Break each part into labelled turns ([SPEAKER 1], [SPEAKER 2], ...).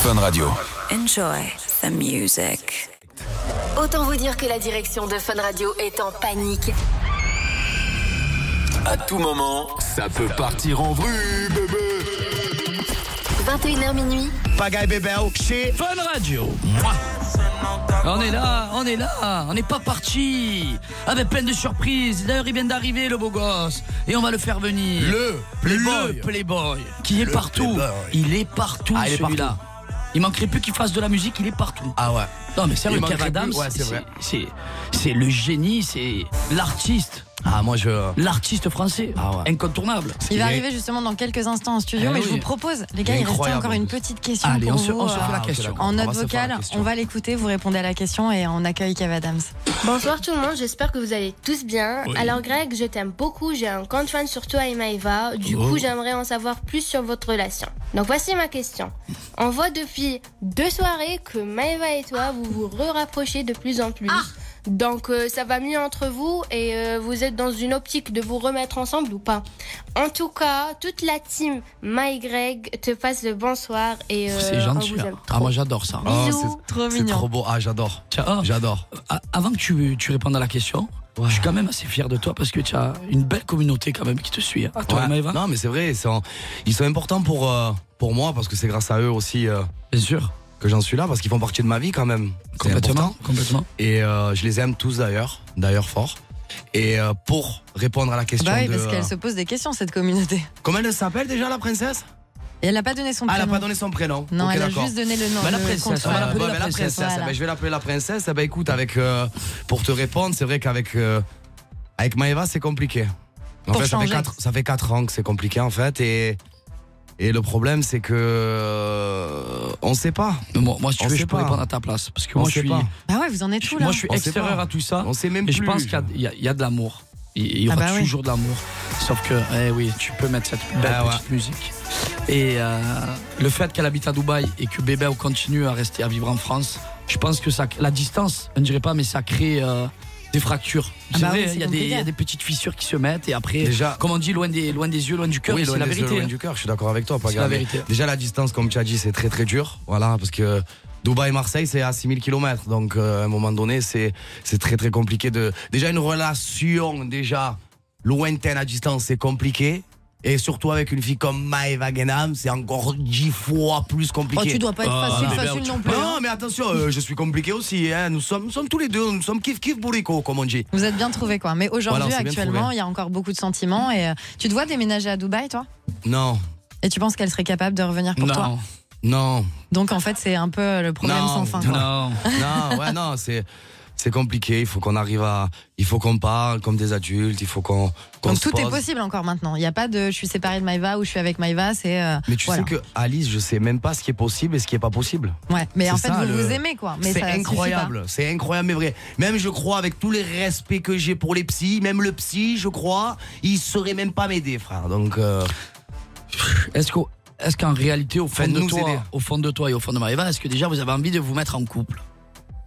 [SPEAKER 1] Fun Radio.
[SPEAKER 2] Enjoy the music.
[SPEAKER 3] Autant vous dire que la direction de Fun Radio est en panique.
[SPEAKER 1] À tout moment, ça peut partir en vrille, bébé.
[SPEAKER 3] 21h minuit,
[SPEAKER 4] Pagaille Bébel chez
[SPEAKER 5] Fun Radio. On est là, on est là, on n'est pas parti. Avec plein de surprises. D'ailleurs, il vient d'arriver le beau gosse. Et on va le faire venir.
[SPEAKER 4] Le Playboy.
[SPEAKER 5] Le Playboy. Qui est
[SPEAKER 4] Le
[SPEAKER 5] partout.
[SPEAKER 4] Playboy.
[SPEAKER 5] Il est partout,
[SPEAKER 4] Ah, il est
[SPEAKER 5] celui-là.
[SPEAKER 4] partout.
[SPEAKER 5] Il manquerait plus qu'il fasse de la musique, il est partout.
[SPEAKER 4] Ah ouais.
[SPEAKER 5] Non, mais sérieux,
[SPEAKER 4] Il
[SPEAKER 5] Kev
[SPEAKER 4] manquerait
[SPEAKER 5] Adams,
[SPEAKER 4] plus, ouais, c'est
[SPEAKER 5] c'est-
[SPEAKER 4] vrai.
[SPEAKER 5] c'est c'est le génie, c'est l'artiste.
[SPEAKER 4] Ah moi je.
[SPEAKER 5] L'artiste français.
[SPEAKER 4] Ah ouais.
[SPEAKER 5] Incontournable.
[SPEAKER 6] Il va
[SPEAKER 4] Il est-
[SPEAKER 6] arriver justement dans quelques instants en studio,
[SPEAKER 5] Eh
[SPEAKER 6] mais je
[SPEAKER 5] oui.
[SPEAKER 6] vous propose, les gars,
[SPEAKER 4] Il
[SPEAKER 6] il
[SPEAKER 4] est
[SPEAKER 6] reste
[SPEAKER 4] incroyable.
[SPEAKER 6] encore une petite question
[SPEAKER 5] Allez,
[SPEAKER 6] pour
[SPEAKER 5] on se,
[SPEAKER 6] vous,
[SPEAKER 5] on se
[SPEAKER 6] euh,
[SPEAKER 5] fait la
[SPEAKER 4] ok,
[SPEAKER 5] question.
[SPEAKER 4] d'accord.
[SPEAKER 6] en
[SPEAKER 4] On va
[SPEAKER 6] note
[SPEAKER 4] se faire la
[SPEAKER 6] vocale.
[SPEAKER 4] question.
[SPEAKER 6] On va l'écouter, vous répondez à la question et on accueille Kev Adams.
[SPEAKER 7] Bonsoir tout le monde, j'espère que vous allez tous bien. Alors Greg, je t'aime beaucoup, j'ai un compte fan sur toi et Maëva. Du
[SPEAKER 5] Oh.
[SPEAKER 7] coup, j'aimerais en savoir plus sur votre relation. Donc voici ma question. On voit depuis deux soirées que Maëva et toi, vous vous rapprochez de plus en plus. Donc euh, ça va mieux entre vous et euh, vous êtes dans une optique de vous remettre ensemble ou pas. En tout cas, toute la team Maë Greg te passe le bonsoir et euh,
[SPEAKER 5] C'est
[SPEAKER 7] on
[SPEAKER 5] gentil.
[SPEAKER 7] vous
[SPEAKER 5] hein.
[SPEAKER 7] aime
[SPEAKER 5] Ah,
[SPEAKER 7] trop.
[SPEAKER 5] moi j'adore ça.
[SPEAKER 4] Oh,
[SPEAKER 7] Bisous.
[SPEAKER 4] c'est-
[SPEAKER 6] Trop
[SPEAKER 4] c'est
[SPEAKER 6] mignon.
[SPEAKER 4] trop beau. Ah j'adore.
[SPEAKER 5] Ah.
[SPEAKER 4] J'adore.
[SPEAKER 5] A- Avant que tu, tu répondes à la question,
[SPEAKER 4] Ouais.
[SPEAKER 5] je suis quand même assez fier de toi parce que tu as une belle communauté quand même qui te suit. hein. À toi,
[SPEAKER 4] Ouais.
[SPEAKER 5] Maëva
[SPEAKER 4] Non mais c'est vrai, c'est en- ils sont importants pour euh, pour moi parce que c'est grâce à eux aussi euh,
[SPEAKER 5] Bien sûr,
[SPEAKER 4] que j'en suis là parce qu'ils font partie de ma vie quand même. C'est
[SPEAKER 5] complètement.
[SPEAKER 4] important.
[SPEAKER 5] complètement.
[SPEAKER 4] Et euh, je les aime tous d'ailleurs, d'ailleurs fort. Et euh, pour répondre à la question
[SPEAKER 6] Bah oui,
[SPEAKER 4] de euh,
[SPEAKER 6] parce qu'elle se pose des questions, cette communauté.
[SPEAKER 4] comment elle s'appelle déjà la princesse
[SPEAKER 6] Et elle n'a pas donné son
[SPEAKER 4] Ah, elle a
[SPEAKER 6] prénom.
[SPEAKER 4] pas donné son prénom.
[SPEAKER 6] Non,
[SPEAKER 4] Ok,
[SPEAKER 6] elle a
[SPEAKER 4] d'accord.
[SPEAKER 6] juste donné le nom.
[SPEAKER 5] Bah, la
[SPEAKER 6] le
[SPEAKER 5] princesse,
[SPEAKER 6] compte.
[SPEAKER 5] on va l'appeler
[SPEAKER 4] Ah, bah,
[SPEAKER 5] la
[SPEAKER 4] bah, la princesse.
[SPEAKER 6] princesse.
[SPEAKER 4] Ah, bah,
[SPEAKER 6] Voilà.
[SPEAKER 4] je vais l'appeler la princesse. Ah, bah, écoute, avec, euh, pour te répondre, c'est vrai qu'avec euh, avec Maëva, c'est compliqué. En
[SPEAKER 6] Pour
[SPEAKER 4] fait, ça fait,
[SPEAKER 6] changer.
[SPEAKER 4] 4, ça fait quatre ans que c'est compliqué, en fait. Et, et le problème, c'est que. euh, on sait pas.
[SPEAKER 5] Mais bon, moi, si tu
[SPEAKER 4] On
[SPEAKER 5] veux,
[SPEAKER 4] sait
[SPEAKER 5] je peux
[SPEAKER 4] pas.
[SPEAKER 5] répondre à ta place parce que
[SPEAKER 4] On
[SPEAKER 5] moi, je
[SPEAKER 4] sait
[SPEAKER 5] suis,
[SPEAKER 4] pas.
[SPEAKER 6] Bah ouais, vous en êtes
[SPEAKER 5] je-
[SPEAKER 6] où là
[SPEAKER 5] moi, je suis
[SPEAKER 4] On sait
[SPEAKER 5] extérieur
[SPEAKER 4] pas.
[SPEAKER 5] à tout ça.
[SPEAKER 4] On sait même
[SPEAKER 5] Et je
[SPEAKER 4] plus.
[SPEAKER 5] pense qu'il y a- il y, a- il y a de l'amour. Il il y aura
[SPEAKER 6] Ah bah oui.
[SPEAKER 5] toujours de l'amour. Sauf que, eh oui, tu peux mettre cette belle
[SPEAKER 6] Bah
[SPEAKER 4] Ah ouais.
[SPEAKER 5] petite musique. Et euh, le fait qu'elle habite à Dubaï et que bébé continue à rester à vivre en France, je pense que ça, la distance, je ne dirais pas, mais ça crée euh, des fractures.
[SPEAKER 6] Ah
[SPEAKER 5] C'est
[SPEAKER 6] bah
[SPEAKER 5] vrai,
[SPEAKER 6] oui, c'est
[SPEAKER 5] il y, a des-
[SPEAKER 6] compliqué.
[SPEAKER 5] il y a des petites fissures qui se mettent et après,
[SPEAKER 4] Déjà-
[SPEAKER 5] comme on dit, loin des, loin des yeux, loin du cœur,
[SPEAKER 4] Oui,
[SPEAKER 5] et c'est
[SPEAKER 4] loin
[SPEAKER 5] la
[SPEAKER 4] des-
[SPEAKER 5] vérité.
[SPEAKER 4] loin
[SPEAKER 5] hein.
[SPEAKER 4] du cœur, je suis d'accord avec toi. pas
[SPEAKER 5] C'est la
[SPEAKER 4] grave.
[SPEAKER 5] vérité.
[SPEAKER 4] Déjà, la distance, comme tu as dit, c'est très très dur. Voilà, parce que Dubaï-Marseille, c'est à 6000 km. Donc, euh, à un moment donné, c'est c'est très très compliqué de. Déjà, une relation, déjà, lointaine à distance, c'est compliqué. Et surtout avec une fille comme Maëva Genam, c'est encore dix fois plus compliqué.
[SPEAKER 6] Oh, tu dois pas hein. être facile,
[SPEAKER 5] non.
[SPEAKER 6] facile non plus.
[SPEAKER 4] Non, mais attention, euh, je suis compliqué aussi. hein. Nous, sommes, nous sommes tous les deux, nous sommes kiff kiff bourrico, comme on dit.
[SPEAKER 6] Vous êtes bien trouvé quoi. Mais aujourd'hui,
[SPEAKER 4] Voilà, on s'est bien
[SPEAKER 6] actuellement,
[SPEAKER 4] trouvés.
[SPEAKER 6] il y a encore beaucoup de sentiments. Et euh, tu te vois déménager à Dubaï, toi
[SPEAKER 4] Non,
[SPEAKER 6] Et tu penses qu'elle serait capable de revenir pour toi
[SPEAKER 5] Non,
[SPEAKER 4] non,
[SPEAKER 6] Donc en fait, c'est un peu euh, le problème
[SPEAKER 4] Non,
[SPEAKER 6] sans fin. quoi.
[SPEAKER 5] non.
[SPEAKER 4] Non, ouais, non, c'est. C'est compliqué, il faut qu'on arrive à. Il faut qu'on parle comme des adultes, il faut qu'on. qu'on
[SPEAKER 6] Donc
[SPEAKER 4] se
[SPEAKER 6] tout est
[SPEAKER 4] pose.
[SPEAKER 6] possible encore maintenant. Il n'y a pas de je suis séparée de Maïva ou je suis avec Maïva, c'est. euh,
[SPEAKER 4] Mais tu
[SPEAKER 6] voilà.
[SPEAKER 4] sais que, Alice, je sais même pas ce qui est possible et ce qui est pas possible.
[SPEAKER 6] Ouais, mais en
[SPEAKER 4] c'est
[SPEAKER 6] fait,
[SPEAKER 4] ça,
[SPEAKER 6] vous
[SPEAKER 4] le-
[SPEAKER 6] vous aimez quoi. Mais
[SPEAKER 4] C'est
[SPEAKER 6] ça suffit pas.
[SPEAKER 4] incroyable, c'est incroyable, mais vrai. Même, je crois, avec tous les respects que j'ai pour les psys, même le psy, je crois, il saurait même pas m'aider, frère. Donc, euh,
[SPEAKER 5] Est-ce qu'au- est-ce qu'en réalité, au fond,
[SPEAKER 4] Faites-nous
[SPEAKER 5] de toi,
[SPEAKER 4] aider.
[SPEAKER 5] au fond de toi et au fond de Maëva, est-ce que déjà vous avez envie de vous mettre en couple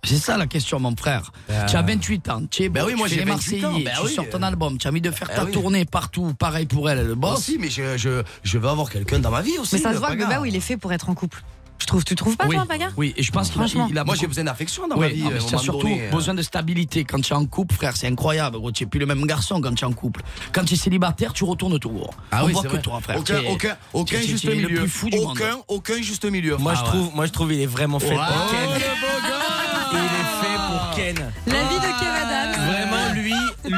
[SPEAKER 5] C'est ça la question, mon frère.
[SPEAKER 4] Euh.
[SPEAKER 5] Tu as 28 ans, tu es beau,
[SPEAKER 4] Ben oui,
[SPEAKER 5] tu
[SPEAKER 4] moi,
[SPEAKER 5] fais
[SPEAKER 4] j'ai
[SPEAKER 5] les
[SPEAKER 4] 28
[SPEAKER 5] Marseillais,
[SPEAKER 4] ans, ben
[SPEAKER 5] tu
[SPEAKER 4] oui.
[SPEAKER 5] sors ton album, tu as envie de faire
[SPEAKER 4] Ben
[SPEAKER 5] ta
[SPEAKER 4] oui.
[SPEAKER 5] tournée partout, pareil pour elle, le boss.
[SPEAKER 4] aussi, mais je, je, je veux avoir quelqu'un dans ma vie aussi.
[SPEAKER 6] Mais ça se
[SPEAKER 4] le
[SPEAKER 6] voit que bah
[SPEAKER 4] bagarre.
[SPEAKER 6] Beba, il est fait pour être en couple. Je trouve, tu trouves pas
[SPEAKER 5] oui.
[SPEAKER 6] toi, Bagarre
[SPEAKER 5] oui, et je pense qu'il a-
[SPEAKER 6] Franchement.
[SPEAKER 5] il a
[SPEAKER 4] Moi, j'ai
[SPEAKER 5] beaucoup-
[SPEAKER 4] besoin d'affection dans ma
[SPEAKER 5] oui,
[SPEAKER 4] vie.
[SPEAKER 5] non, mais
[SPEAKER 4] à un
[SPEAKER 5] tu as
[SPEAKER 4] moment
[SPEAKER 5] surtout
[SPEAKER 4] donné, euh.
[SPEAKER 5] besoin de stabilité quand tu es en couple, frère, c'est incroyable. gros, Tu n'es plus le même garçon quand tu es en couple. Quand tu es célibataire, tu retournes tout. gros. On voit
[SPEAKER 4] Ah c'est
[SPEAKER 5] que
[SPEAKER 4] vrai.
[SPEAKER 5] toi, frère.
[SPEAKER 4] Aucun,
[SPEAKER 5] T'es-
[SPEAKER 4] aucun, aucun
[SPEAKER 5] t'es-
[SPEAKER 4] juste
[SPEAKER 5] t'es le
[SPEAKER 4] milieu.
[SPEAKER 5] plus fou du monde.
[SPEAKER 4] aucun, aucun juste milieu.
[SPEAKER 8] Moi,
[SPEAKER 4] Ah
[SPEAKER 8] je
[SPEAKER 4] ouais.
[SPEAKER 8] trouve, moi, je trouve, il est vraiment fait
[SPEAKER 4] Wow.
[SPEAKER 8] pour Ken.
[SPEAKER 4] Oh, le beau gosse
[SPEAKER 8] Il est fait pour Ken.
[SPEAKER 5] Ah.
[SPEAKER 6] La vie de Kev
[SPEAKER 4] Ah,
[SPEAKER 6] Adams.
[SPEAKER 8] Vraiment, lui,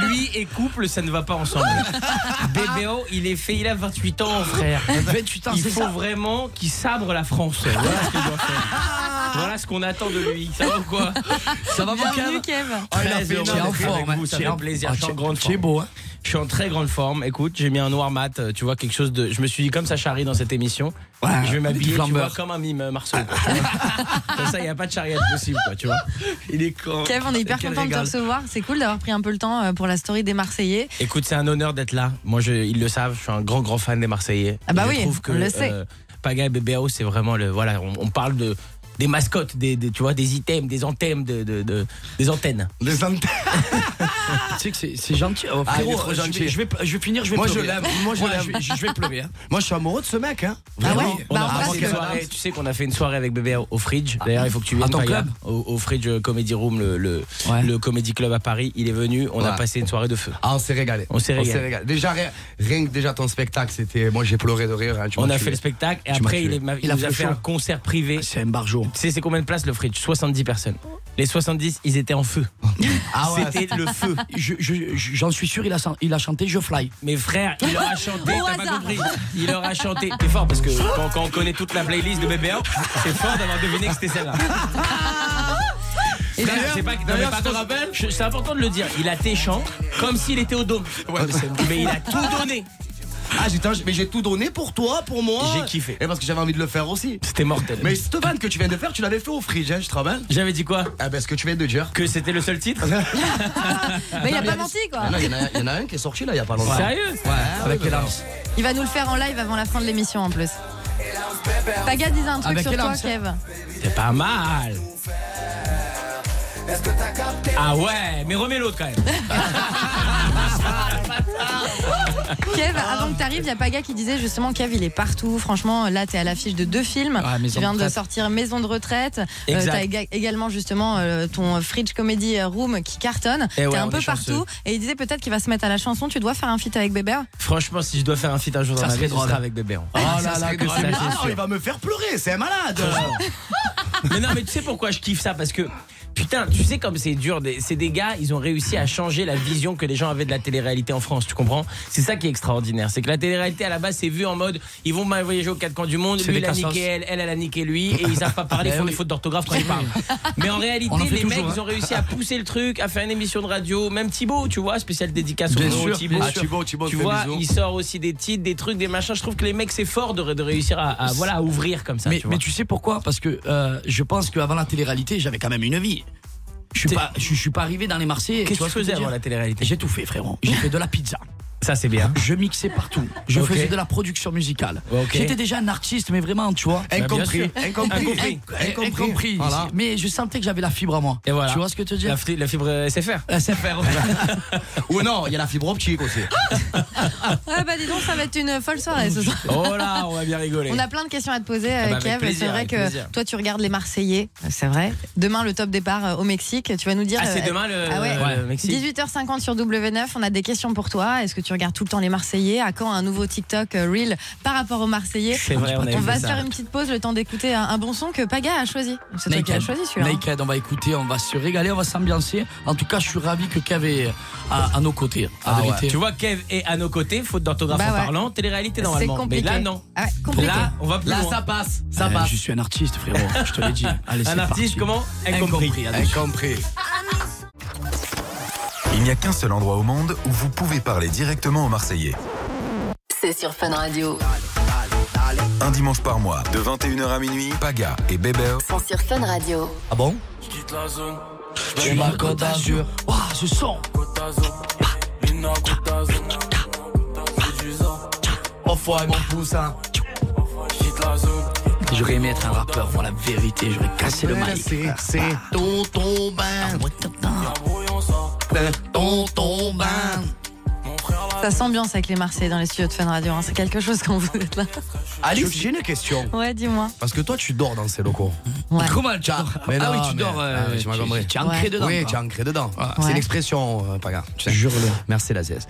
[SPEAKER 8] lui et couple, ça ne va pas ensemble. Bébéo, il est fait, il a 28 ans, frère.
[SPEAKER 5] 28 ans,
[SPEAKER 8] Il
[SPEAKER 5] Ah, c'est
[SPEAKER 8] faut
[SPEAKER 5] ça.
[SPEAKER 8] vraiment qu'il sabre la France. Voilà ce qu'il doit faire. Voilà ce qu'on attend de lui. Ça va ou quoi
[SPEAKER 5] Ça va, mon
[SPEAKER 6] Bienvenue,
[SPEAKER 5] Kev
[SPEAKER 6] Kev.
[SPEAKER 8] Très
[SPEAKER 5] Tu es
[SPEAKER 8] heureux
[SPEAKER 5] en
[SPEAKER 8] d'être avec
[SPEAKER 5] forme, hein.
[SPEAKER 8] vous, ça
[SPEAKER 5] Tu es
[SPEAKER 8] fait
[SPEAKER 5] en-
[SPEAKER 8] plaisir.
[SPEAKER 5] Ah,
[SPEAKER 8] Je suis en
[SPEAKER 5] tu-
[SPEAKER 8] grande
[SPEAKER 5] tu es
[SPEAKER 8] forme.
[SPEAKER 5] beau, hein.
[SPEAKER 8] Je suis en très grande forme. Écoute, j'ai mis un noir mat. euh, Tu vois quelque chose de. Je me suis dit comme ça charrie dans cette émission.
[SPEAKER 5] Ouais,
[SPEAKER 8] je vais
[SPEAKER 5] du
[SPEAKER 8] m'habiller tu
[SPEAKER 5] flambeur.
[SPEAKER 8] vois, comme un mime euh, Marceau. quoi, tu vois. comme ça, il n'y a pas de charriade possible, quoi. Tu vois. Il est
[SPEAKER 4] Oh,
[SPEAKER 8] con.
[SPEAKER 6] Kev, on est hyper
[SPEAKER 8] Quel
[SPEAKER 6] content de te
[SPEAKER 8] régal.
[SPEAKER 6] recevoir. C'est cool d'avoir pris un peu le temps euh, pour la story des Marseillais.
[SPEAKER 8] Écoute, c'est un honneur d'être là. Moi, je- ils le savent. Je suis un grand, grand fan des Marseillais.
[SPEAKER 6] Ah bah
[SPEAKER 8] Et je
[SPEAKER 6] oui,
[SPEAKER 8] trouve que, euh,
[SPEAKER 6] on le sait.
[SPEAKER 8] Paga et BBAO, c'est vraiment le. Voilà, on, on parle de des mascottes, des, des- tu vois, des items, des antennes, de, de- de- des antennes.
[SPEAKER 4] Les antennes.
[SPEAKER 5] Tu sais que c'est- c'est gentil. Oh,
[SPEAKER 4] Ah, il est
[SPEAKER 5] frérot,
[SPEAKER 4] trop
[SPEAKER 5] je vais-
[SPEAKER 4] gentil.
[SPEAKER 5] Je, vais, je vais finir, je vais
[SPEAKER 4] Moi, je
[SPEAKER 5] pleurer.
[SPEAKER 4] l'aime. Moi, je
[SPEAKER 5] Voilà,
[SPEAKER 4] l'aime.
[SPEAKER 5] vais- je, vais pleurer. hein.
[SPEAKER 4] Moi, je suis amoureux de ce mec, hein.
[SPEAKER 6] Ah ouais
[SPEAKER 4] Vraiment.
[SPEAKER 8] On
[SPEAKER 6] Bah,
[SPEAKER 8] a
[SPEAKER 6] voilà,
[SPEAKER 8] remarqué une
[SPEAKER 6] c'est-
[SPEAKER 8] soirée, tu sais qu'on a fait une soirée avec bébé au Fridge. D'ailleurs, il faut que tu viennes
[SPEAKER 5] À ton
[SPEAKER 8] Païla,
[SPEAKER 5] club
[SPEAKER 8] au, au Fridge Comedy Room, le, le,
[SPEAKER 5] Ouais.
[SPEAKER 8] le Comedy Club à Paris. Il est venu, on a
[SPEAKER 4] Ouais.
[SPEAKER 8] passé une soirée de feu.
[SPEAKER 4] Ah, on s'est régalé.
[SPEAKER 8] On s'est régalé.
[SPEAKER 4] Déjà, rien, rien que déjà ton spectacle, c'était. Moi, j'ai pleuré de rire. hein, tu
[SPEAKER 8] On
[SPEAKER 4] m'as
[SPEAKER 8] a
[SPEAKER 4] tué.
[SPEAKER 8] fait le spectacle et
[SPEAKER 4] Tu m'as
[SPEAKER 8] après, il,
[SPEAKER 4] tué.
[SPEAKER 8] est- m'a- il
[SPEAKER 5] Il a
[SPEAKER 8] nous a
[SPEAKER 5] fait
[SPEAKER 8] fait
[SPEAKER 5] chaud. Ah,
[SPEAKER 8] un concert privé.
[SPEAKER 5] C'est un barjo.
[SPEAKER 8] Tu sais, c'est combien de places le Fridge 70 personnes. Les 70, ils étaient en feu.
[SPEAKER 4] Ah ouais,
[SPEAKER 8] C'était le feu.
[SPEAKER 5] Je- je- je- J'en suis sûr, il a, san- il a chanté Je Fly.
[SPEAKER 8] Mes frères, il leur a chanté,
[SPEAKER 6] Au
[SPEAKER 8] t'as pas
[SPEAKER 6] hasard.
[SPEAKER 8] compris. Il leur a chanté. C'est fort parce que quand, quand on connaît toute la playlist de BBA, c'est fort d'avoir deviné que c'était celle-là. Frère,
[SPEAKER 4] d'ailleurs-
[SPEAKER 8] c'est pas- non, mais
[SPEAKER 4] d'ailleurs,
[SPEAKER 8] par
[SPEAKER 4] je te
[SPEAKER 8] contre,
[SPEAKER 4] rappelle-
[SPEAKER 8] je- C'est important de le dire. Il a tes chants comme s'il était au dôme. mais il a tout donné.
[SPEAKER 4] Ah, j'étais- mais j'ai tout donné pour toi, pour moi.
[SPEAKER 8] J'ai kiffé.
[SPEAKER 4] Et parce que j'avais envie de le faire aussi.
[SPEAKER 8] C'était mortel.
[SPEAKER 4] Mais cette vanne que tu viens de faire, tu l'avais fait au fridge, hein, je te rappelle.
[SPEAKER 8] J'avais dit quoi
[SPEAKER 4] Ah, ben, ce que tu viens de dire.
[SPEAKER 8] Que c'était le seul titre
[SPEAKER 6] Mais il a pas menti quoi.
[SPEAKER 4] Ah non, Il y, en a- il y en a un qui est sorti là, il y a pas longtemps.
[SPEAKER 8] Sérieux
[SPEAKER 5] Avec quel âme
[SPEAKER 6] Il va nous le faire en live avant la fin de l'émission en plus. Paga disait un truc
[SPEAKER 5] Avec
[SPEAKER 6] sur
[SPEAKER 5] quel
[SPEAKER 6] toi,
[SPEAKER 5] homme, ça
[SPEAKER 6] Kev.
[SPEAKER 8] C'est pas mal. Ah ouais, mais remets l'autre quand même.
[SPEAKER 6] Kev, avant que t'arrives, il y a Paga qui disait justement Kev, il est partout. Franchement, là, t'es à l'affiche de deux films.
[SPEAKER 8] Ah,
[SPEAKER 5] Ouais, Maison
[SPEAKER 6] tu viens
[SPEAKER 5] de
[SPEAKER 6] de
[SPEAKER 5] retraite.
[SPEAKER 6] sortir Maison de retraite. Euh,
[SPEAKER 8] Exact.
[SPEAKER 6] T'as éga- également justement euh, ton Fridge Comedy Room qui cartonne.
[SPEAKER 8] Eh ouais,
[SPEAKER 6] T'es
[SPEAKER 8] on
[SPEAKER 6] un
[SPEAKER 8] est
[SPEAKER 6] peu
[SPEAKER 8] chanceux.
[SPEAKER 6] partout. Et il disait peut-être qu'il va se mettre à la chanson. Tu dois faire un feat avec Bébert.
[SPEAKER 8] Franchement, si je dois faire un feat un jour
[SPEAKER 5] Ça
[SPEAKER 8] dans ma
[SPEAKER 5] serait
[SPEAKER 8] vie, ce
[SPEAKER 5] drôle. Ah,
[SPEAKER 8] sera avec bébé. hein.
[SPEAKER 4] Oh là là, que
[SPEAKER 8] drôle,
[SPEAKER 4] c'est
[SPEAKER 8] ça, c'est
[SPEAKER 4] Ah non,
[SPEAKER 8] sûr.
[SPEAKER 4] il va me faire pleurer, c'est un malade.
[SPEAKER 8] Mais non, mais tu sais pourquoi je kiffe ça Parce que, putain, tu sais comme c'est dur. des- C'est des gars, ils ont réussi à changer la vision que les gens avaient de la télé-réalité en France, tu comprends C'est ça qui est extraordinaire. C'est que la télé-réalité, à la base, c'est vu en mode ils vont mal voyager aux quatre coins du monde,
[SPEAKER 5] C'est
[SPEAKER 8] lui,
[SPEAKER 5] des
[SPEAKER 8] il a
[SPEAKER 5] cassos.
[SPEAKER 8] niqué elle, elle, elle a niqué lui, et ils savent pas parler, ils
[SPEAKER 5] Ben
[SPEAKER 8] font des
[SPEAKER 5] oui.
[SPEAKER 8] fautes d'orthographe quand ils parlent. Mais en réalité,
[SPEAKER 5] On en
[SPEAKER 8] les
[SPEAKER 5] fait toujours,
[SPEAKER 8] mecs,
[SPEAKER 5] hein.
[SPEAKER 8] ils ont réussi à pousser le truc, à faire une émission de radio. Même Thibaut, tu vois, spécial dédicace au
[SPEAKER 5] Bien
[SPEAKER 8] nom,
[SPEAKER 5] sûr,
[SPEAKER 8] Thibaut.
[SPEAKER 5] bien
[SPEAKER 4] Ah,
[SPEAKER 5] sûr.
[SPEAKER 4] Thibaut, Thibaut,
[SPEAKER 8] Tu
[SPEAKER 4] fais
[SPEAKER 8] vois,
[SPEAKER 4] bisous.
[SPEAKER 8] il sort aussi des titres, des trucs, des machins. Je trouve que les mecs, c'est fort de, de réussir à, à, voilà, à ouvrir comme ça.
[SPEAKER 5] mais,
[SPEAKER 8] tu
[SPEAKER 5] mais
[SPEAKER 8] vois.
[SPEAKER 5] tu sais pourquoi Parce que euh, je pense qu'avant la télé-réalité, j'avais quand même une vie. Je suis
[SPEAKER 8] T'es-
[SPEAKER 5] pas, je, je suis pas arrivé dans les Marseillais.
[SPEAKER 8] Qu'est-ce que
[SPEAKER 5] vois
[SPEAKER 8] tu
[SPEAKER 5] ce je
[SPEAKER 8] faisais
[SPEAKER 5] veux
[SPEAKER 8] avant
[SPEAKER 5] dire
[SPEAKER 8] la télé-réalité
[SPEAKER 5] J'ai tout fait, frérot. J'ai fait de la pizza.
[SPEAKER 8] Ça, c'est bien.
[SPEAKER 5] Je mixais partout. Je
[SPEAKER 8] Ok.
[SPEAKER 5] faisais de la production musicale.
[SPEAKER 8] Ok.
[SPEAKER 5] J'étais déjà un artiste, mais vraiment, tu vois.
[SPEAKER 4] Incompris,
[SPEAKER 8] Bah, bien sûr.
[SPEAKER 4] Eh, incompris,
[SPEAKER 5] Incompris.
[SPEAKER 4] Voilà.
[SPEAKER 5] Mais je sentais que j'avais la fibre à moi.
[SPEAKER 8] Et voilà.
[SPEAKER 5] Tu vois ce que je te dis
[SPEAKER 8] La, fi- la fibre euh, SFR.
[SPEAKER 5] SFR.
[SPEAKER 4] Ou non, il y a la fibre optique aussi.
[SPEAKER 6] Ah bah dis donc, ça va être une folle soirée ce soir.
[SPEAKER 8] Oh là, on va bien rigoler.
[SPEAKER 6] On a plein de questions à te poser,
[SPEAKER 8] bah,
[SPEAKER 6] euh,
[SPEAKER 8] avec
[SPEAKER 6] Kev.
[SPEAKER 8] plaisir,
[SPEAKER 6] C'est vrai
[SPEAKER 8] avec
[SPEAKER 6] que
[SPEAKER 8] plaisir.
[SPEAKER 6] toi, tu regardes les Marseillais, c'est vrai. Demain, le top départ euh, au Mexique. Tu vas nous dire.
[SPEAKER 8] Ah, c'est
[SPEAKER 6] euh,
[SPEAKER 8] demain le,
[SPEAKER 6] Ah ouais.
[SPEAKER 8] le Mexique.
[SPEAKER 6] 18h50 sur W9, on a des questions pour toi. Est-ce que tu regardes tout le temps les Marseillais À quand un nouveau TikTok euh, Reel par rapport aux Marseillais
[SPEAKER 8] C'est vrai, on a
[SPEAKER 6] On
[SPEAKER 8] eu
[SPEAKER 6] va
[SPEAKER 8] ça.
[SPEAKER 6] se faire une petite pause, le temps d'écouter un, un bon son que Paga a choisi. C'est toi qui as choisi celui-là. hein.
[SPEAKER 5] Naked, on va écouter, on va se régaler, on va s'ambiancer. En tout cas, je suis ravi que Kev est à, à nos côtés.
[SPEAKER 8] Ah
[SPEAKER 5] la
[SPEAKER 8] ouais.
[SPEAKER 5] vérité.
[SPEAKER 8] Tu vois, Kev est à nos côtés, faute d'orthographe
[SPEAKER 6] Bah
[SPEAKER 8] en
[SPEAKER 6] ouais.
[SPEAKER 8] parlant, télé-réalité
[SPEAKER 6] C'est
[SPEAKER 8] normalement. Mais
[SPEAKER 6] compliqué.
[SPEAKER 8] là, non.
[SPEAKER 6] Ah ouais, compliqué.
[SPEAKER 8] Là, on va plus
[SPEAKER 4] Là,
[SPEAKER 8] loin.
[SPEAKER 4] ça passe, ça
[SPEAKER 5] Euh,
[SPEAKER 4] passe.
[SPEAKER 5] je suis un artiste, frérot. Je te l'ai dit. Allez, c'est
[SPEAKER 8] Un
[SPEAKER 5] parti.
[SPEAKER 8] artiste, comment Incompris.
[SPEAKER 5] attention.
[SPEAKER 4] Incompris.
[SPEAKER 1] Il n'y a qu'un seul endroit au monde où vous pouvez parler directement aux Marseillais.
[SPEAKER 3] C'est sur Fun Radio.
[SPEAKER 1] Un dimanche par mois, de 21h à minuit, Paga et Bébert
[SPEAKER 3] Sont sur Fun Radio.
[SPEAKER 4] Ah bon
[SPEAKER 5] Je suis ma Côte d'Azur. Waouh, ce son.
[SPEAKER 4] Oh foie, mon poussin.
[SPEAKER 5] J'aurais aimé être un rappeur, voilà la vérité. J'aurais cassé le mic.
[SPEAKER 4] C'est c'est ton ton bain. Ton ton bain.
[SPEAKER 6] Ça s'ambiance avec les Marseillais dans les studios de Fun Radio. hein. C'est quelque chose quand vous êtes là.
[SPEAKER 4] Alice, j'ai une question.
[SPEAKER 6] Ouais, dis-moi.
[SPEAKER 4] Parce que toi, tu dors dans ces locaux.
[SPEAKER 6] Ouais.
[SPEAKER 5] Comment tu dors
[SPEAKER 4] Mais
[SPEAKER 5] Ah
[SPEAKER 4] non,
[SPEAKER 5] oui, tu
[SPEAKER 4] mais-
[SPEAKER 5] dors. euh,
[SPEAKER 4] ah oui, tu m'as compris.
[SPEAKER 5] Tu es ancré
[SPEAKER 6] Ouais.
[SPEAKER 5] dedans.
[SPEAKER 4] oui,
[SPEAKER 5] quoi.
[SPEAKER 4] tu es ancré dedans.
[SPEAKER 6] Ouais.
[SPEAKER 4] C'est l'expression, euh, Paga. Tu sais.
[SPEAKER 5] Jure-le.
[SPEAKER 4] Merci la sieste.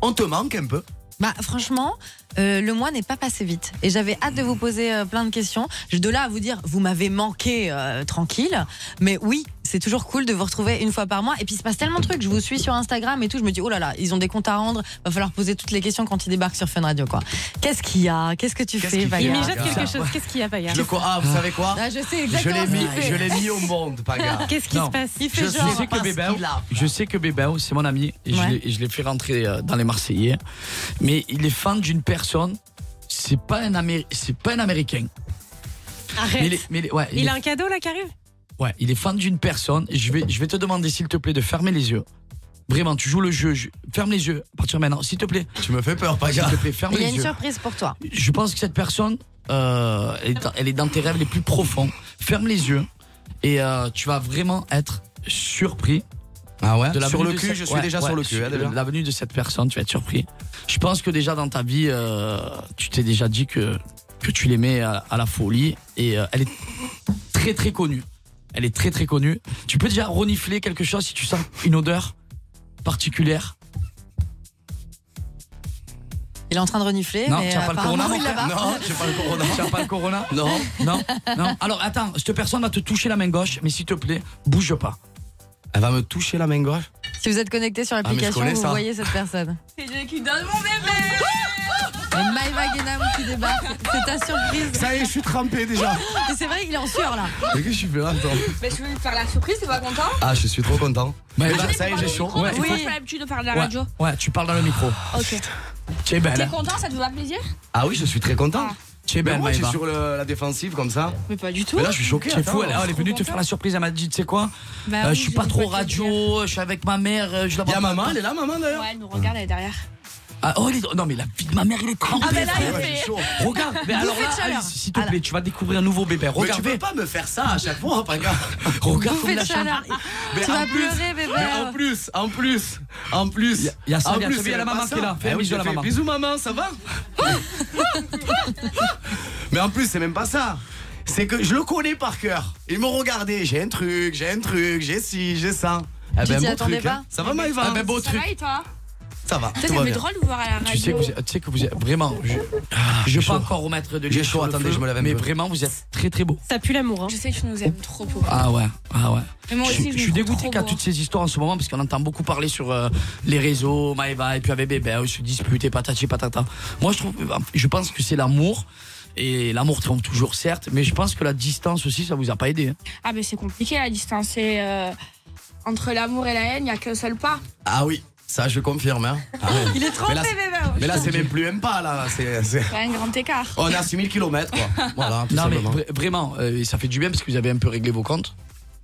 [SPEAKER 4] On te manque un peu.
[SPEAKER 6] Bah franchement, euh, le mois n'est pas passé vite et j'avais hâte de vous poser euh, plein de questions. Je de là à vous dire, vous m'avez manqué euh, tranquille, mais oui, c'est toujours cool de vous retrouver une fois par mois. Et puis il se passe tellement de trucs. Je vous suis sur Instagram et tout. Je me dis oh là là, ils ont des comptes à rendre. Va falloir poser toutes les questions quand ils débarquent sur Fun Radio quoi. Qu'est-ce qu'il y a Qu'est-ce que tu
[SPEAKER 4] Qu'est-ce
[SPEAKER 6] fais
[SPEAKER 4] qu'il
[SPEAKER 6] Vaga
[SPEAKER 4] fait,
[SPEAKER 9] Il me
[SPEAKER 4] Ah,
[SPEAKER 9] jette
[SPEAKER 4] comme
[SPEAKER 9] quelque
[SPEAKER 4] ça.
[SPEAKER 9] chose. Qu'est-ce qu'il y a, Paya
[SPEAKER 4] Je le co- Ah, vous savez quoi
[SPEAKER 6] Ah, je sais
[SPEAKER 4] Je
[SPEAKER 6] exactement
[SPEAKER 4] l'ai
[SPEAKER 6] ce
[SPEAKER 4] mis,
[SPEAKER 6] qu'il
[SPEAKER 4] je
[SPEAKER 6] fait.
[SPEAKER 4] l'ai mis au monde, Paga.
[SPEAKER 9] Qu'est-ce qui
[SPEAKER 5] Non.
[SPEAKER 9] se passe
[SPEAKER 6] Il fait
[SPEAKER 5] Je
[SPEAKER 6] genre.
[SPEAKER 5] sais que
[SPEAKER 4] parce
[SPEAKER 5] Bébao,
[SPEAKER 4] qu'il a-
[SPEAKER 5] je sais que Bébao, c'est mon ami et je
[SPEAKER 6] Ouais.
[SPEAKER 5] l'ai- je l'ai fait rentrer euh, dans les Marseillais. Mais il est fan d'une personne. C'est pas un Amé- c'est pas un américain. Mais il
[SPEAKER 9] Arrête.
[SPEAKER 5] est- mais il est- ouais, il
[SPEAKER 9] Il
[SPEAKER 5] est-
[SPEAKER 9] a un cadeau là qui arrive
[SPEAKER 5] ouais, il est fan d'une personne. Je vais, je vais te demander s'il te plaît de fermer les yeux. Vraiment, tu joues le jeu. je- Ferme les yeux. À partir de maintenant, s'il te plaît,
[SPEAKER 4] Tu me fais peur,
[SPEAKER 5] s'il
[SPEAKER 4] Paga.
[SPEAKER 5] te plaît, ferme
[SPEAKER 6] Il y a
[SPEAKER 5] les
[SPEAKER 6] une
[SPEAKER 5] yeux.
[SPEAKER 6] surprise pour toi.
[SPEAKER 5] Je pense que cette personne euh, elle, est dans, elle est dans tes rêves les plus profonds. Ferme les yeux et euh, tu vas vraiment être surpris
[SPEAKER 4] Ah ouais
[SPEAKER 5] de la
[SPEAKER 4] Sur
[SPEAKER 5] venue
[SPEAKER 4] le
[SPEAKER 5] de
[SPEAKER 4] cul,
[SPEAKER 5] cette-
[SPEAKER 4] je suis
[SPEAKER 5] ouais,
[SPEAKER 4] déjà
[SPEAKER 5] ouais,
[SPEAKER 4] sur le cul. hein,
[SPEAKER 5] de
[SPEAKER 4] déjà.
[SPEAKER 5] La venue de cette personne, tu vas être surpris. Je pense que déjà dans ta vie, euh, tu t'es déjà dit que, que tu l'aimais à, à la folie et euh, elle est très très connue. Elle est très très connue. Tu peux déjà renifler quelque chose si tu sens une odeur particulière.
[SPEAKER 6] Il est en train de renifler,
[SPEAKER 5] Non,
[SPEAKER 6] Eh mais
[SPEAKER 5] tu n'as pas le
[SPEAKER 6] apparemment,
[SPEAKER 5] corona,
[SPEAKER 6] il l'a
[SPEAKER 5] mon frère.
[SPEAKER 6] pas.
[SPEAKER 4] Non, j'ai pas le corona.
[SPEAKER 5] Tu n'as pas le corona
[SPEAKER 4] Non.
[SPEAKER 5] Non, non. Alors attends, cette personne va te toucher la main gauche, mais s'il te plaît, bouge pas.
[SPEAKER 4] Elle va me toucher la main gauche.
[SPEAKER 6] Si vous êtes connecté
[SPEAKER 5] Ah,
[SPEAKER 6] sur
[SPEAKER 4] mais je
[SPEAKER 6] l'application,
[SPEAKER 4] connais
[SPEAKER 6] vous
[SPEAKER 4] ça.
[SPEAKER 6] voyez cette personne. C'est Dieu qui donne mon bébé Maïva Guénam qui débarque, c'est ta surprise.
[SPEAKER 4] Ça y est, je suis trempé déjà.
[SPEAKER 6] Et c'est vrai, il est en sueur là.
[SPEAKER 4] Mais que je suis bien attends.
[SPEAKER 9] Mais je vais lui faire la surprise, t'es pas content
[SPEAKER 4] Ah, je suis trop content.
[SPEAKER 5] Mais
[SPEAKER 4] Déjà, ça y est, j'ai chaud.
[SPEAKER 9] Ouais,
[SPEAKER 6] Oui.
[SPEAKER 9] Moi, j'ai pas l'habitude de faire de la
[SPEAKER 5] Ouais.
[SPEAKER 9] radio.
[SPEAKER 5] Ouais, tu parles dans le micro.
[SPEAKER 9] Ok.
[SPEAKER 5] Tu es belle.
[SPEAKER 9] T'es
[SPEAKER 5] hein.
[SPEAKER 9] content, ça te fait pas plaisir
[SPEAKER 4] Ah oui, je suis très content.
[SPEAKER 5] Tu es
[SPEAKER 4] Mais
[SPEAKER 5] belle,
[SPEAKER 4] moi, je suis
[SPEAKER 5] Maëva.
[SPEAKER 4] sur le- la défensive comme ça.
[SPEAKER 9] Mais pas du tout.
[SPEAKER 4] Mais là, je suis choqué.
[SPEAKER 5] C'est fou,
[SPEAKER 4] attends.
[SPEAKER 5] elle, hein. elle est venue te faire la surprise, elle m'a dit, tu sais quoi,
[SPEAKER 9] Bah
[SPEAKER 5] euh,
[SPEAKER 9] oui,
[SPEAKER 5] je suis pas
[SPEAKER 9] peux
[SPEAKER 5] trop
[SPEAKER 9] te dire.
[SPEAKER 5] radio, je suis avec ma mère, euh, je la vois
[SPEAKER 4] Il y a
[SPEAKER 5] pas.
[SPEAKER 4] maman, elle est là, maman d'ailleurs.
[SPEAKER 9] Ouais, elle nous regarde, elle est derrière.
[SPEAKER 5] Ah, oh, elle est- Non mais la fille de ma mère, il est trempée.
[SPEAKER 9] Ah, mais là, il
[SPEAKER 5] frère.
[SPEAKER 9] fait.
[SPEAKER 5] Regarde, mais alors
[SPEAKER 6] Bouffée
[SPEAKER 5] là,
[SPEAKER 6] de chaleur.
[SPEAKER 5] Alice, s'il te plaît, tu vas découvrir un nouveau bébé.
[SPEAKER 4] Mais tu
[SPEAKER 5] Regarde,
[SPEAKER 4] peux pas me faire ça à chaque fois, Paga.
[SPEAKER 5] regarde
[SPEAKER 6] Bouffée
[SPEAKER 5] comme
[SPEAKER 6] de
[SPEAKER 5] la chambre.
[SPEAKER 6] chaleur.
[SPEAKER 4] Mais
[SPEAKER 6] Tu
[SPEAKER 4] en
[SPEAKER 6] vas
[SPEAKER 4] plus-
[SPEAKER 6] pleurer, bébé.
[SPEAKER 4] Mais en plus, en plus, en plus.
[SPEAKER 5] Il y a- il y a ça,
[SPEAKER 4] en
[SPEAKER 5] il y a ça, il y a la
[SPEAKER 4] elle
[SPEAKER 5] maman
[SPEAKER 4] pas
[SPEAKER 5] qui est
[SPEAKER 4] ça.
[SPEAKER 5] là. Fais un
[SPEAKER 4] Eh oui,
[SPEAKER 5] bisou à la
[SPEAKER 4] je fais
[SPEAKER 5] maman.
[SPEAKER 4] Bisous maman, ça va Mais en plus, c'est même pas ça. C'est que je le connais par cœur. Ils m'ont regardé, j'ai un truc, j'ai un truc, j'ai ci, j'ai ça. Eh
[SPEAKER 6] Tu t'y
[SPEAKER 4] beau
[SPEAKER 6] attendais
[SPEAKER 4] truc,
[SPEAKER 6] pas
[SPEAKER 4] hein.
[SPEAKER 6] Eh
[SPEAKER 4] Ça va Maïva
[SPEAKER 5] Ah, ben, beau
[SPEAKER 9] Ça
[SPEAKER 5] truc.
[SPEAKER 9] va et toi
[SPEAKER 4] Ça va,
[SPEAKER 9] Toi,
[SPEAKER 4] tout
[SPEAKER 9] ça
[SPEAKER 4] va
[SPEAKER 9] fait
[SPEAKER 4] bien.
[SPEAKER 9] drôle de vous voir à la radio.
[SPEAKER 5] Tu sais que vous êtes, tu sais que vous êtes- vraiment, je, je vais
[SPEAKER 4] Ah, chaud.
[SPEAKER 5] pas encore remettre de l'huile
[SPEAKER 4] J'ai chaud,
[SPEAKER 5] sur le
[SPEAKER 4] attendez,
[SPEAKER 5] feu,
[SPEAKER 4] je me lave un
[SPEAKER 5] Mais
[SPEAKER 4] peu.
[SPEAKER 5] vraiment, vous êtes très très beau.
[SPEAKER 10] Ça pue l'amour. Hein.
[SPEAKER 9] Je sais que tu nous aimes trop pour
[SPEAKER 5] Ah ouais, ah ouais.
[SPEAKER 9] Mais moi
[SPEAKER 5] Je
[SPEAKER 9] aussi,
[SPEAKER 5] suis,
[SPEAKER 9] je,
[SPEAKER 5] je
[SPEAKER 9] me
[SPEAKER 5] suis
[SPEAKER 9] trouve
[SPEAKER 5] dégoûté
[SPEAKER 9] trop
[SPEAKER 5] qu'à
[SPEAKER 9] beau. hein.
[SPEAKER 5] toutes ces histoires en ce moment parce qu'on entend beaucoup parler sur euh, les réseaux, Maeva et puis avec bébé, ils se disputent et patati patata. Moi, je trouve, je pense que c'est l'amour et l'amour triomphe toujours certes, mais je pense que la distance aussi, ça vous a pas aidé. hein.
[SPEAKER 9] Ah, mais c'est compliqué la distance. C'est, euh, entre l'amour et la haine, il n'y a qu'un seul pas.
[SPEAKER 4] Ah oui, ça je confirme. hein. Ah ouais.
[SPEAKER 6] Il est trop.
[SPEAKER 4] mais là, c'est- mais là, c'est même plus un pas, là. c'est- c'est-
[SPEAKER 9] Il y a un grand écart.
[SPEAKER 4] On a 6000 km, quoi. Voilà, tout
[SPEAKER 5] Non mais
[SPEAKER 4] simplement.
[SPEAKER 5] vra- vraiment, euh, ça fait du bien parce que vous avez un peu réglé vos comptes,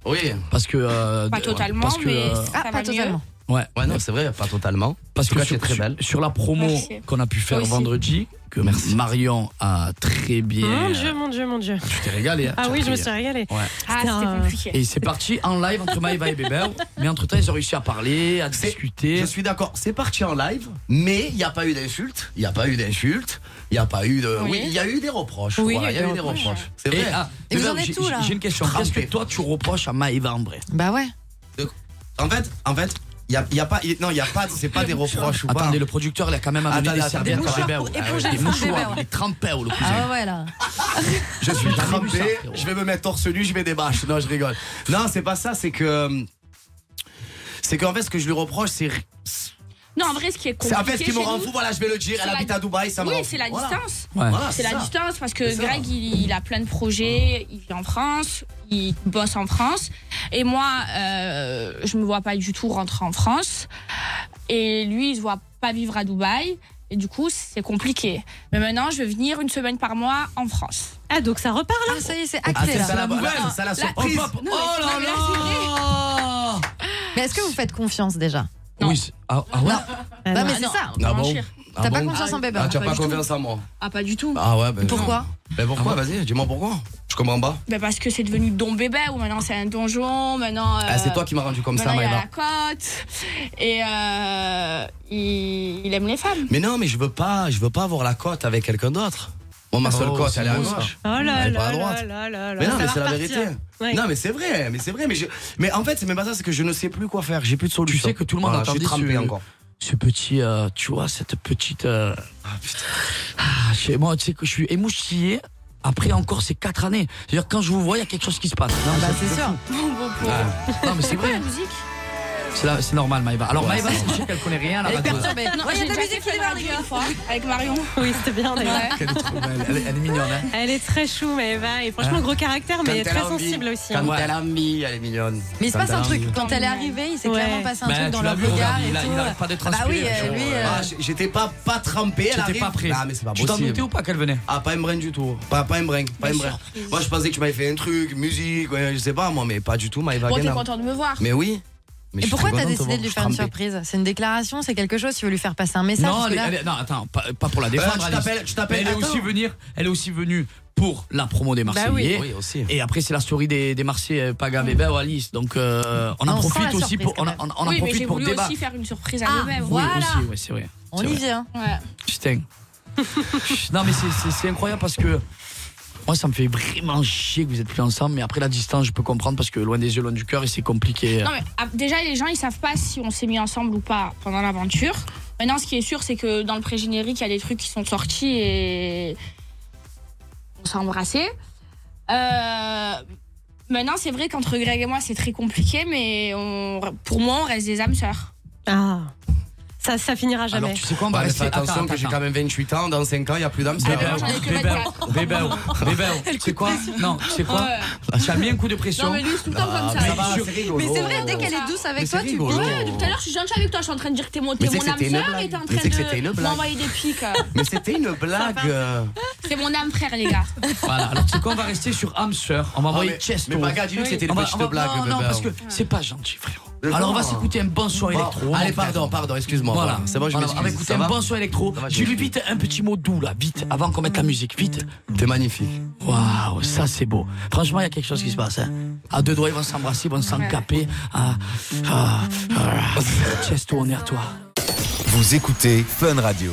[SPEAKER 4] Oui,
[SPEAKER 5] parce que euh,
[SPEAKER 9] Pas
[SPEAKER 5] de-
[SPEAKER 9] totalement,
[SPEAKER 5] parce que,
[SPEAKER 9] mais
[SPEAKER 5] euh,
[SPEAKER 9] ça
[SPEAKER 6] Ah,
[SPEAKER 9] va
[SPEAKER 6] pas totalement.
[SPEAKER 5] ouais,
[SPEAKER 4] ouais, non, c'est vrai, pas totalement.
[SPEAKER 5] Parce
[SPEAKER 4] En tout
[SPEAKER 5] que
[SPEAKER 4] cas,
[SPEAKER 5] sur,
[SPEAKER 4] c'est très
[SPEAKER 5] sur-
[SPEAKER 4] belle.
[SPEAKER 5] sur la promo
[SPEAKER 9] Merci.
[SPEAKER 5] qu'on a pu faire
[SPEAKER 9] aussi.
[SPEAKER 5] vendredi, que Marion a très bien.
[SPEAKER 10] Mon Dieu, mon Dieu, mon Dieu.
[SPEAKER 5] Tu t'es régalé. hein,
[SPEAKER 10] Ah
[SPEAKER 5] tu as
[SPEAKER 10] oui,
[SPEAKER 5] très
[SPEAKER 10] je me
[SPEAKER 5] bien.
[SPEAKER 10] suis régalée.
[SPEAKER 9] Ah,
[SPEAKER 10] Putain.
[SPEAKER 9] c'était compliqué.
[SPEAKER 5] Et c'est parti en live entre Maëva et Bébert. Mais entre temps, ils ont réussi à parler, à
[SPEAKER 4] C'est-
[SPEAKER 5] discuter.
[SPEAKER 4] Je suis d'accord, c'est parti en live, mais il n'y a pas eu d'insultes, il n'y a pas eu d'insultes, il n'y a pas eu de.
[SPEAKER 9] Oui.
[SPEAKER 4] Oui, il y a eu des reproches.
[SPEAKER 6] Oui,
[SPEAKER 4] voilà, il y a eu des
[SPEAKER 6] reproches.
[SPEAKER 4] reproches. C'est
[SPEAKER 5] Et,
[SPEAKER 4] vrai.
[SPEAKER 5] ah,
[SPEAKER 6] Et vous
[SPEAKER 5] Bébert,
[SPEAKER 6] en êtes
[SPEAKER 5] j'ai-
[SPEAKER 6] où, là
[SPEAKER 5] J'ai une question. Qu'est-ce que
[SPEAKER 4] Trempé.
[SPEAKER 5] toi tu reproches à Maëva en vrai
[SPEAKER 6] Bah ouais.
[SPEAKER 4] En fait, en fait, il y a, il y a pas. il- non, il n'y a pas. C'est pas des reproches ou pas.
[SPEAKER 5] Attendez, le producteur, il a quand même amené
[SPEAKER 4] Attendez,
[SPEAKER 5] des
[SPEAKER 4] attendez,
[SPEAKER 5] serviettes à
[SPEAKER 4] attendez.
[SPEAKER 5] Bébert.
[SPEAKER 6] Et pour
[SPEAKER 5] Ah, Des
[SPEAKER 6] Jean-François Bébert.
[SPEAKER 5] mouchoirs, il est trempé, oh, le cousin.
[SPEAKER 6] Ah ouais, ouais, là.
[SPEAKER 4] Je suis
[SPEAKER 5] J'ai jamais vu ça,
[SPEAKER 4] trempé,
[SPEAKER 5] frérot.
[SPEAKER 4] je vais me mettre torse nu, je vais des bâches. Non, je rigole. Non, c'est pas ça, c'est que. C'est qu'en fait, ce que je lui reproche, c'est.
[SPEAKER 9] Non, en vrai, ce qui est
[SPEAKER 4] C'est
[SPEAKER 9] compliqué.
[SPEAKER 4] en fait ce qui me
[SPEAKER 9] chez
[SPEAKER 4] rend
[SPEAKER 9] nous-
[SPEAKER 4] fou, voilà, je vais le dire,
[SPEAKER 9] c'est
[SPEAKER 4] elle
[SPEAKER 9] la-
[SPEAKER 4] habite à Dubaï, ça me rend
[SPEAKER 9] Oui,
[SPEAKER 4] fou.
[SPEAKER 9] c'est la
[SPEAKER 4] Voilà.
[SPEAKER 9] distance.
[SPEAKER 5] Ouais.
[SPEAKER 4] Voilà,
[SPEAKER 9] C'est la
[SPEAKER 4] ça.
[SPEAKER 9] distance parce
[SPEAKER 4] C'est
[SPEAKER 9] que
[SPEAKER 4] ça.
[SPEAKER 9] Greg, il, il a plein de projets, il vit en France, il bosse en France. Et moi, euh, je me vois pas du tout rentrer en France. Et lui, il se voit pas vivre à Dubaï. Et du coup, c'est compliqué. Mais maintenant, je vais venir une semaine par mois en France.
[SPEAKER 10] Ah, donc ça repart là
[SPEAKER 6] Ah, ça y est, c'est
[SPEAKER 4] Ah,
[SPEAKER 6] acté
[SPEAKER 4] c'est
[SPEAKER 6] là.
[SPEAKER 4] ça la nouvelle, c'est ça la
[SPEAKER 5] Oh,
[SPEAKER 4] surprise.
[SPEAKER 5] pop, oh là là
[SPEAKER 6] Mais est-ce que vous faites confiance déjà
[SPEAKER 9] Non.
[SPEAKER 5] Oui, c'est- ah, ah ouais
[SPEAKER 10] Ah,
[SPEAKER 6] Bah,
[SPEAKER 10] non.
[SPEAKER 6] mais
[SPEAKER 9] Ah,
[SPEAKER 6] c'est
[SPEAKER 9] non.
[SPEAKER 6] ça.
[SPEAKER 9] Pas
[SPEAKER 4] Ah bon
[SPEAKER 9] mentir.
[SPEAKER 4] Ah
[SPEAKER 6] T'as pas
[SPEAKER 4] bon
[SPEAKER 6] confiance en bébé.
[SPEAKER 4] Ah, tu as
[SPEAKER 9] Pas
[SPEAKER 4] pas
[SPEAKER 9] du
[SPEAKER 4] confiance en moi.
[SPEAKER 9] Ah, pas du tout.
[SPEAKER 4] Ah ouais, ben
[SPEAKER 6] Pourquoi
[SPEAKER 4] Ben pourquoi Vas-y, dis-moi pourquoi. Je comprends pas.
[SPEAKER 9] Ben, parce que c'est devenu don bébé ou maintenant c'est un donjon. Maintenant.
[SPEAKER 4] Ah, c'est
[SPEAKER 9] euh,
[SPEAKER 4] toi qui m'as rendu comme ça,
[SPEAKER 9] Maintenant, il est à
[SPEAKER 4] Maëva.
[SPEAKER 9] la côte et euh, il, il aime les femmes.
[SPEAKER 4] Mais non, mais je veux pas, je veux pas avoir la cote avec quelqu'un d'autre. Moi, ma seule
[SPEAKER 5] Oh,
[SPEAKER 4] cote,
[SPEAKER 5] c'est
[SPEAKER 4] elle est à
[SPEAKER 5] beau, ça.
[SPEAKER 4] gauche.
[SPEAKER 10] Oh là
[SPEAKER 4] Elle est pas à
[SPEAKER 10] là
[SPEAKER 4] droite.
[SPEAKER 10] là là là là.
[SPEAKER 4] Mais non,
[SPEAKER 10] Ça
[SPEAKER 4] mais
[SPEAKER 10] va
[SPEAKER 4] c'est la
[SPEAKER 10] repartir.
[SPEAKER 4] vérité.
[SPEAKER 10] Ouais.
[SPEAKER 4] Non, mais c'est vrai, mais c'est vrai. Mais, je- mais en fait, c'est même pas ça, c'est que je ne sais plus quoi faire. J'ai plus de solution.
[SPEAKER 5] Tu sais que tout le monde
[SPEAKER 4] Voilà,
[SPEAKER 5] entendait
[SPEAKER 4] Je suis trempé
[SPEAKER 5] ce-
[SPEAKER 4] encore.
[SPEAKER 5] ce petit, euh, tu vois, cette petite. euh, Ah, je sais- moi, tu sais que je suis émoustillé après encore ces 4 années. C'est-à-dire, quand je vous vois, il y a quelque chose qui se passe. Non,
[SPEAKER 6] Bah, c'est sûr.
[SPEAKER 9] Bon, bon, bon.
[SPEAKER 4] Ah.
[SPEAKER 5] non, mais c'est
[SPEAKER 9] C'est quoi
[SPEAKER 5] vrai,
[SPEAKER 9] la musique
[SPEAKER 5] c'est la- c'est normal, Maïva. Alors,
[SPEAKER 4] Ouais,
[SPEAKER 5] Maïva,
[SPEAKER 4] c'est
[SPEAKER 5] c'est sûr qu'elle connaît rien à la radio.
[SPEAKER 6] Perturbé.
[SPEAKER 9] Non,
[SPEAKER 6] Ouais, il y a
[SPEAKER 9] j'ai
[SPEAKER 6] de la
[SPEAKER 9] déjà
[SPEAKER 6] musique
[SPEAKER 9] fait
[SPEAKER 6] qui
[SPEAKER 9] la
[SPEAKER 6] démarre, les
[SPEAKER 9] radio
[SPEAKER 6] gars.
[SPEAKER 9] une
[SPEAKER 10] hein
[SPEAKER 9] fois avec Marion.
[SPEAKER 10] Oui, c'était bien d'ailleurs.
[SPEAKER 9] Ouais.
[SPEAKER 5] Qu'elle est trop belle. Elle, est- elle est mignonne, hein.
[SPEAKER 10] Elle est très chou, mais Eva. Et
[SPEAKER 8] Ah.
[SPEAKER 10] franchement, gros caractère, mais très
[SPEAKER 4] Quand elle a envie,
[SPEAKER 10] sensible aussi. hein.
[SPEAKER 4] Quand elle a envie, elle est mignonne.
[SPEAKER 6] Mais il se
[SPEAKER 4] Quand
[SPEAKER 6] passe
[SPEAKER 4] elle a
[SPEAKER 6] un truc.
[SPEAKER 4] envie.
[SPEAKER 6] Quand elle est arrivée, il s'est
[SPEAKER 10] Ouais.
[SPEAKER 6] clairement passé un
[SPEAKER 5] Bah,
[SPEAKER 6] truc
[SPEAKER 5] tu
[SPEAKER 6] dans
[SPEAKER 5] l'as
[SPEAKER 6] le
[SPEAKER 5] vu, regarde,
[SPEAKER 6] regard et
[SPEAKER 5] il a- il arrête
[SPEAKER 6] tout.
[SPEAKER 5] pas de
[SPEAKER 6] Ah Bah oui,
[SPEAKER 5] transpirer,
[SPEAKER 6] euh,
[SPEAKER 5] genre.
[SPEAKER 6] lui. euh,
[SPEAKER 4] Ah, j- j'étais pas, pas trempé, elle
[SPEAKER 5] J'étais
[SPEAKER 4] arrive.
[SPEAKER 5] pas prêt.
[SPEAKER 4] Ah, mais c'est pas
[SPEAKER 5] tu t'en
[SPEAKER 4] possible.
[SPEAKER 5] doutais ou pas qu'elle venait
[SPEAKER 4] Ah, pas un brin du tout. Pas, pas un brin, pas un brin. Moi, je pensais que tu m'avais fait un truc, musique, ouais, je sais pas, moi, mais pas du tout, Maëva
[SPEAKER 9] Bon, t'es
[SPEAKER 4] Guénard.
[SPEAKER 9] content de me voir.
[SPEAKER 4] Mais oui. Mais je
[SPEAKER 6] Et
[SPEAKER 4] suis
[SPEAKER 6] pourquoi
[SPEAKER 4] très
[SPEAKER 6] t'as
[SPEAKER 4] content
[SPEAKER 6] décidé
[SPEAKER 4] te
[SPEAKER 6] de lui
[SPEAKER 4] voir,
[SPEAKER 6] faire une
[SPEAKER 4] je suis
[SPEAKER 6] surprise C'est une déclaration, c'est quelque chose, tu veux lui faire passer un message
[SPEAKER 5] Non,
[SPEAKER 6] parce que
[SPEAKER 5] elle-
[SPEAKER 6] là-
[SPEAKER 5] elle- non, attends, pas, pas pour la
[SPEAKER 4] Euh,
[SPEAKER 5] défendre.
[SPEAKER 4] tu
[SPEAKER 5] Alice.
[SPEAKER 4] t'appelles- tu
[SPEAKER 5] Mais
[SPEAKER 4] t'appelles-
[SPEAKER 5] elle est aussi
[SPEAKER 4] attends.
[SPEAKER 5] venue, elle est aussi venue pour la promo des Marseillais.
[SPEAKER 4] crampé. Oui, aussi.
[SPEAKER 5] Et après, c'est la story des, des Marseillais, euh, Paga, Bébé ou Alice. Donc, euh, on en
[SPEAKER 6] On sent
[SPEAKER 5] profite
[SPEAKER 6] la
[SPEAKER 5] aussi
[SPEAKER 6] surprise
[SPEAKER 5] pour,
[SPEAKER 6] quand
[SPEAKER 5] on, en-
[SPEAKER 6] même.
[SPEAKER 5] on en
[SPEAKER 9] oui, mais
[SPEAKER 5] profite
[SPEAKER 9] j'ai
[SPEAKER 5] pour
[SPEAKER 9] voulu
[SPEAKER 5] débattre.
[SPEAKER 9] aussi faire une surprise à
[SPEAKER 6] Ah,
[SPEAKER 9] Bébé.
[SPEAKER 6] voilà.
[SPEAKER 5] Oui, aussi, ouais, c'est vrai.
[SPEAKER 6] On
[SPEAKER 5] C'est
[SPEAKER 6] y
[SPEAKER 5] vrai.
[SPEAKER 6] vient.
[SPEAKER 9] Ouais.
[SPEAKER 5] Putain. non, mais c'est- c'est c'est incroyable parce que moi, ça me fait vraiment chier que vous êtes plus ensemble. Mais après, la distance, je peux comprendre parce que loin des yeux, loin du cœur, et c'est compliqué.
[SPEAKER 9] Non, mais ah, déjà, les gens, ils savent pas si on s'est mis ensemble ou pas pendant l'aventure. Maintenant, ce qui est sûr, c'est que dans le pré-générique, il y a des trucs qui sont sortis et. On s'est embrassés. Euh, Maintenant, c'est vrai qu'entre Greg et moi, c'est très compliqué, mais on... pour moi, on reste des âmes sœurs.
[SPEAKER 10] Ah. Ça, ça finira jamais.
[SPEAKER 5] Alors, tu sais quoi, on va
[SPEAKER 4] Ouais, mais
[SPEAKER 5] rester.
[SPEAKER 4] fais attention
[SPEAKER 5] attends,
[SPEAKER 4] que j'ai
[SPEAKER 5] attends.
[SPEAKER 4] quand même 28 ans, dans 5 ans, il n'y a plus d'âme.
[SPEAKER 5] Eh
[SPEAKER 4] sœur.
[SPEAKER 5] ben,
[SPEAKER 9] J'en ai que
[SPEAKER 5] Bébé,
[SPEAKER 9] 24.
[SPEAKER 5] Bébé, Bébé, tu sais quoi Non, tu sais quoi Tu as mis un coup de pression.
[SPEAKER 9] Non, mais lui, c'est tout le temps
[SPEAKER 4] Ah,
[SPEAKER 9] comme ça.
[SPEAKER 5] mais va,
[SPEAKER 4] c'est
[SPEAKER 5] mais
[SPEAKER 4] rigolo.
[SPEAKER 6] Mais c'est vrai, dès qu'elle est douce
[SPEAKER 4] Mais
[SPEAKER 6] avec
[SPEAKER 4] c'est
[SPEAKER 6] toi, tu
[SPEAKER 4] rigolo.
[SPEAKER 9] Ouais, depuis tout à l'heure, je suis gentille avec toi. Je suis en train de dire que t'es mon, t'es
[SPEAKER 4] Mais c'est
[SPEAKER 9] mon
[SPEAKER 4] que
[SPEAKER 9] âme
[SPEAKER 4] c'était une
[SPEAKER 9] sœur et
[SPEAKER 4] blague.
[SPEAKER 9] t'es en
[SPEAKER 4] Mais
[SPEAKER 9] train
[SPEAKER 4] c'est que c'était une
[SPEAKER 9] de
[SPEAKER 4] blague.
[SPEAKER 9] m'envoyer des pics.
[SPEAKER 4] Mais c'était une blague. euh.
[SPEAKER 9] C'est mon âme frère, les gars.
[SPEAKER 5] Voilà, alors tu sais quoi, on va rester sur âme sœur. On va
[SPEAKER 4] Ah,
[SPEAKER 5] envoyer
[SPEAKER 4] mais-
[SPEAKER 5] Chesto.
[SPEAKER 4] Mais Baga, dis-lui que c'était
[SPEAKER 5] On
[SPEAKER 4] une
[SPEAKER 5] va-
[SPEAKER 4] petite
[SPEAKER 5] on va-
[SPEAKER 4] blague.
[SPEAKER 5] Non, non,
[SPEAKER 4] Bébert.
[SPEAKER 5] parce que c'est pas gentil, frérot.
[SPEAKER 4] Mais
[SPEAKER 5] Alors on va
[SPEAKER 4] non.
[SPEAKER 5] s'écouter un bon son électro.
[SPEAKER 4] Bon, allez, pardon, pardon, excuse-moi.
[SPEAKER 5] Voilà,
[SPEAKER 4] C'est bon, je
[SPEAKER 5] on va-
[SPEAKER 4] m'excuse.
[SPEAKER 5] on va écouter
[SPEAKER 4] ça
[SPEAKER 5] un
[SPEAKER 4] va
[SPEAKER 5] bon son électro.
[SPEAKER 4] Ça va, je
[SPEAKER 5] Tu lui
[SPEAKER 4] m'excuse.
[SPEAKER 5] vite un petit mot doux là, vite, avant qu'on mette la musique, vite.
[SPEAKER 4] T'es magnifique.
[SPEAKER 5] Waouh, ça c'est beau. Franchement, il y a quelque chose qui se passe. hein. À deux doigts, ils vont s'embrasser, ils vont s'encaper. Ah, ah, ah. Chesto, on est à toi.
[SPEAKER 1] Vous écoutez Fun Radio.